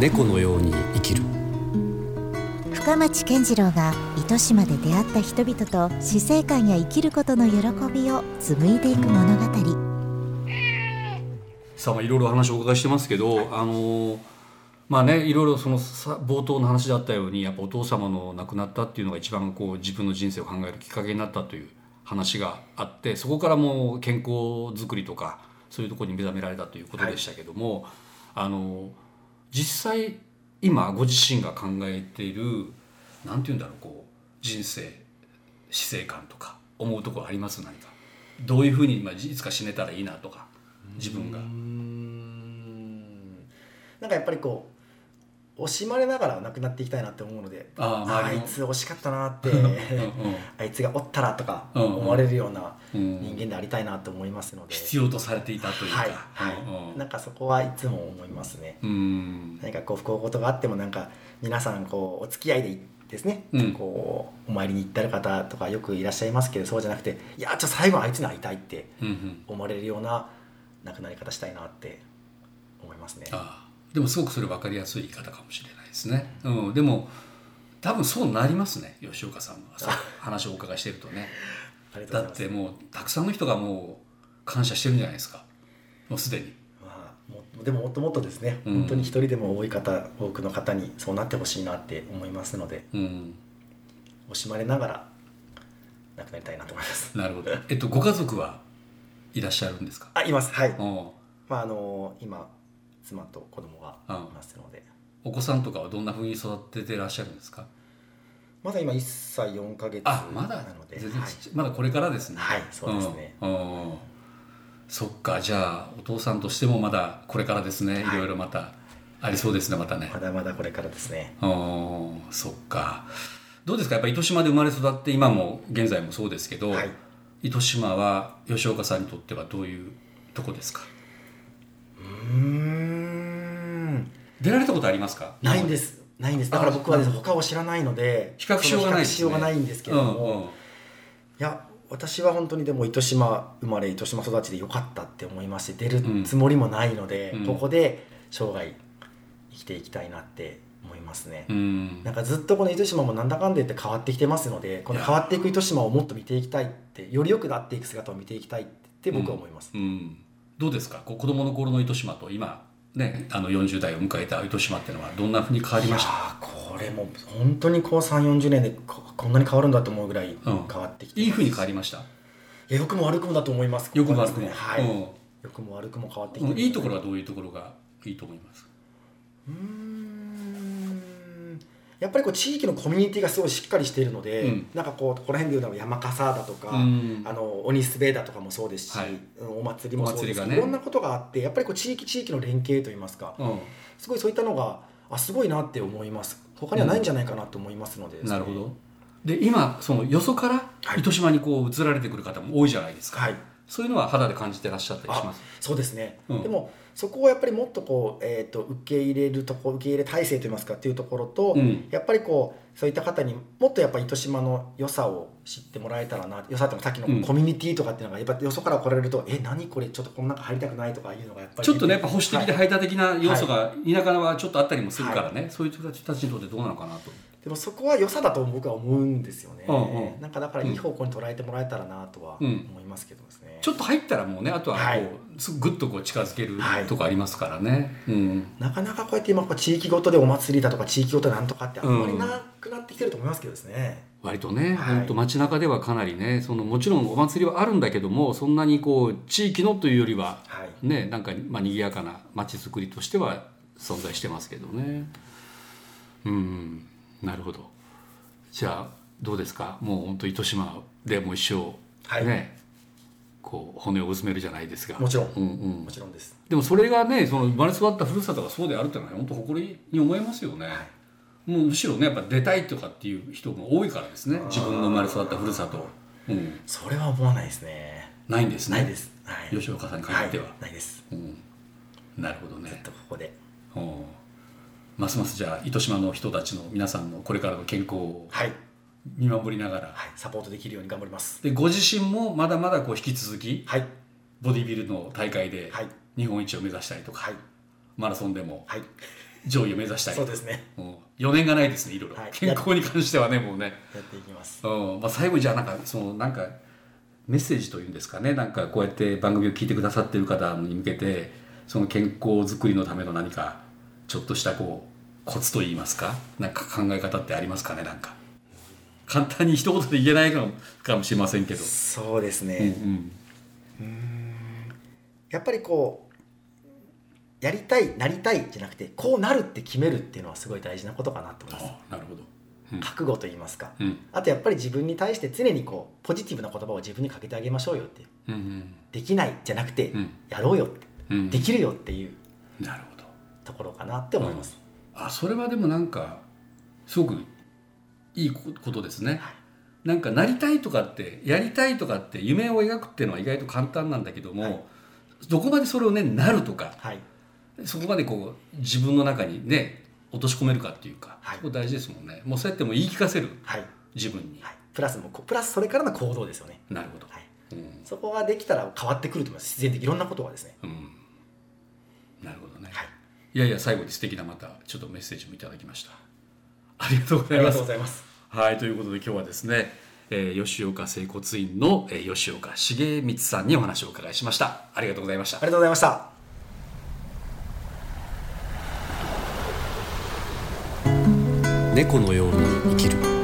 猫のように生きる深町健次郎が糸島で出会った人々と死生観や生きることの喜びを紡いでいく物語さあいろいろ話をお伺いしてますけどあのーまあねいろいろそのさ冒頭の話だったようにやっぱお父様の亡くなったっていうのが一番こう自分の人生を考えるきっかけになったという話があってそこからもう健康づくりとかそういうところに目覚められたということでしたけども、あのー実際今ご自身が考えているなんて言うんだろうこう人生死生観とか思うところあります何かどういうふうにまあいつか死ねたらいいなとか自分がうーんなんかやっぱりこう惜しまれながら亡くなっていきたいなって思うのであああ周りいのつ惜しかったなってうあいつがおったらとかうんうん思われるようなんうん人間でありたいなと思いますので、必要とされていたというか、はい、はい、なんかそこはいつも思いますねうんうん何かこう不幸事があってもなんか皆さんこうお付き合いでですね、うんこうお参りに行ってある方とかよくいらっしゃいますけどそうじゃなくていやちょっと最後あいつに会いたいってうんうん思われるような亡くなり方したいなって思いますね。ああでもすごくそれ分かりやすい言い方かもしれないですね、うん、でも多分そうなりますね吉岡さんは そう話をお伺いしてるとねありがとだうっござていますもうたくさんの人がもう感謝してるんじゃないですかもうすでにまあもうでももっともっとですね、うん本当に一人でも多い方多くの方にそうなってほしいなって思いますのでうん惜しまれながら亡くなりたいなと思います。なる ほどえっとご家族はいらっしゃるんですかあいますはい、おまああの今妻と子供がいますので、お子さんとかはどんなふうに育ててらっしゃるんですかまだ今1歳4ヶ月なあまだので全然ちっちゃいまだこれからですねはいそうですねうんうんそっかじゃあお父さんとしてもまだこれからですね、い、ろいろまたありそうですねまたねはい、まだまだこれからですねうんそっかどうですかやっぱ糸島で生まれ育って今も現在もそうですけど、はい糸島は吉岡さんにとってはどういうとこですかうーん出られたことありますかないんですないんですだから僕はですね他を知らないので比較しようがないですねその比較しようがないんですけれども、うんうんいや私は本当にでも糸島生まれ糸島育ちで良かったって思いまして出るつもりもないので、うんここで生涯生きていきたいなって思いますね、うんなんかずっとこの糸島もなんだかんで言って変わってきてますのでこの変わっていく糸島をもっと見ていきたいってより良くなっていく姿を見ていきたいって僕は思います、うん、どうですかこう子供の頃の糸島と今ねあの40代を迎えた糸島っていうのはどんなふうに変わりいやましたーこれも本当にこう3 4 0年でここんなに変わるんだと思うぐらい変わってきてまいす、いふうに変わりりました良くも悪くもだと思いますよくも悪くも、はい、うん良くも悪くも変わってきうてんますいいところはどういうところがいいと思いますうーんやっぱりこう地域のコミュニティがすごいしっかりしているので、うんなんかこうここら辺でいうのは山笠だとか、うんあの鬼すべだとかもそうですし、はいうんお祭りもそうでお祭りすし、がねいろんなことがあってやっぱりこう地域地域の連携といいますかうんすごいそういったのがあすごいなって思います他にはないんじゃないかなと思いますので、なるほどで今そのよそからはい糸島にこう移られてくる方も多いじゃないですか、はいそういうのは肌で感じてらっしゃったりしますそうですね、うんでもそこをやっぱりもっとこう、えー、と受け入れるとこ受け入れ体制といいますかっていうところと、うんやっぱりこうそういった方にもっとやっぱ糸島の良さを知ってもらえたらな良さっていうのはさっきうんのコミュニティとかっていうのがやっぱよそから来られると、え何これちょっとこの中入りたくないとかいうのがやっぱりちょっとねやっぱ保守的では排い他的な要素が田舎はちょっとあったりもするからね、そういう人たちにとってどうなのかなとでもそこは良さだと僕は思うんですよね、うんうんなんかだからいい方向に捉えてもらえたらなとはうん思いますけどですね、ちょっと入ったらもうねあとはこう、はいすぐぐっとこう近づけるはいとこありますからね、うんなかなかこうやって今こう地域ごとでお祭りだとか地域ごとなんとかってあんまりうんなくなってきてると思いますけどですね、割とね、はいほんと街中ではかなりねそのもちろんお祭りはあるんだけどもそんなにこう地域のというよりははいねなんかまあ賑やかな街づくりとしては存在してますけどねうんなるほどじゃあどうですかもう本当糸島でもう一は生いね、こう骨をうずめるじゃないですがもちろんうんうんも、ちろんですでもそれがねその生まれ育ったふるさとがそうであるってのは本当誇りに思えますよね、もうむしろねやっぱ出たいとかっていう人も多いからですね自分の生まれ育ったふるさと、うん、それは思わないですねないんですねないです、はい、吉岡さんに限っては、い、ないですうん、なるほどねとここでうんますますじゃあ糸島の人たちの皆さんのこれからの健康をはい、見守りながら、はい、サポートできるように頑張りますでご自身もまだまだこう引き続きはいボディビルの大会で、はい日本一を目指したりとか、はいマラソンでもはい上位を目指したりそとうかですねもう4年がないですねいろいろ、はい健康に関してはねもうね、やっていきますうんまあ、最後にじゃあなんかそのなんかメッセージというんですかねなんかこうやって番組を聞いてくださってる方に向けてその健康づくりのための何かちょっとしたこうコツといいますかなんか考え方ってありますかねなんか簡単に一言で言えないかもかもしれませんけど、そうですね、うんうん、やっぱりこうやりたいなりたいじゃなくてこうなるって決めるっていうのはすごい大事なことかなと思いますあなるほど、うん覚悟と言いますかうんあとやっぱり自分に対して常にこうポジティブな言葉を自分にかけてあげましょうよってうんうんできないじゃなくて、うんやろうよってうんできるよっていうなるほどところかなって思います、あそれはでもなんかすごくいいことですね、はいなんかなりたいとかってやりたいとかって夢を描くっていうのは意外と簡単なんだけども、はいどこまでそれをねなるとかはいそこまでこう自分の中にね落とし込めるかっていうか、はいそこ大事ですもんねもうそうやってもう言い聞かせるはい、自分に、はい、プラスもこプラスそれからの行動ですよね、なるほど、はい、うんそこができたら変わってくると思います必然的いろんなことがですねうんなるほどね、はいい、やいや最後に素敵なまたちょっとメッセージもいただきましたありがとうごあざいりまがすとうございますはい、ということで今日はですね、えー吉岡整骨院の、えー吉岡茂光さんにお話をお伺いしました。ありがとうございましたあり。がとうございました猫のように生きる。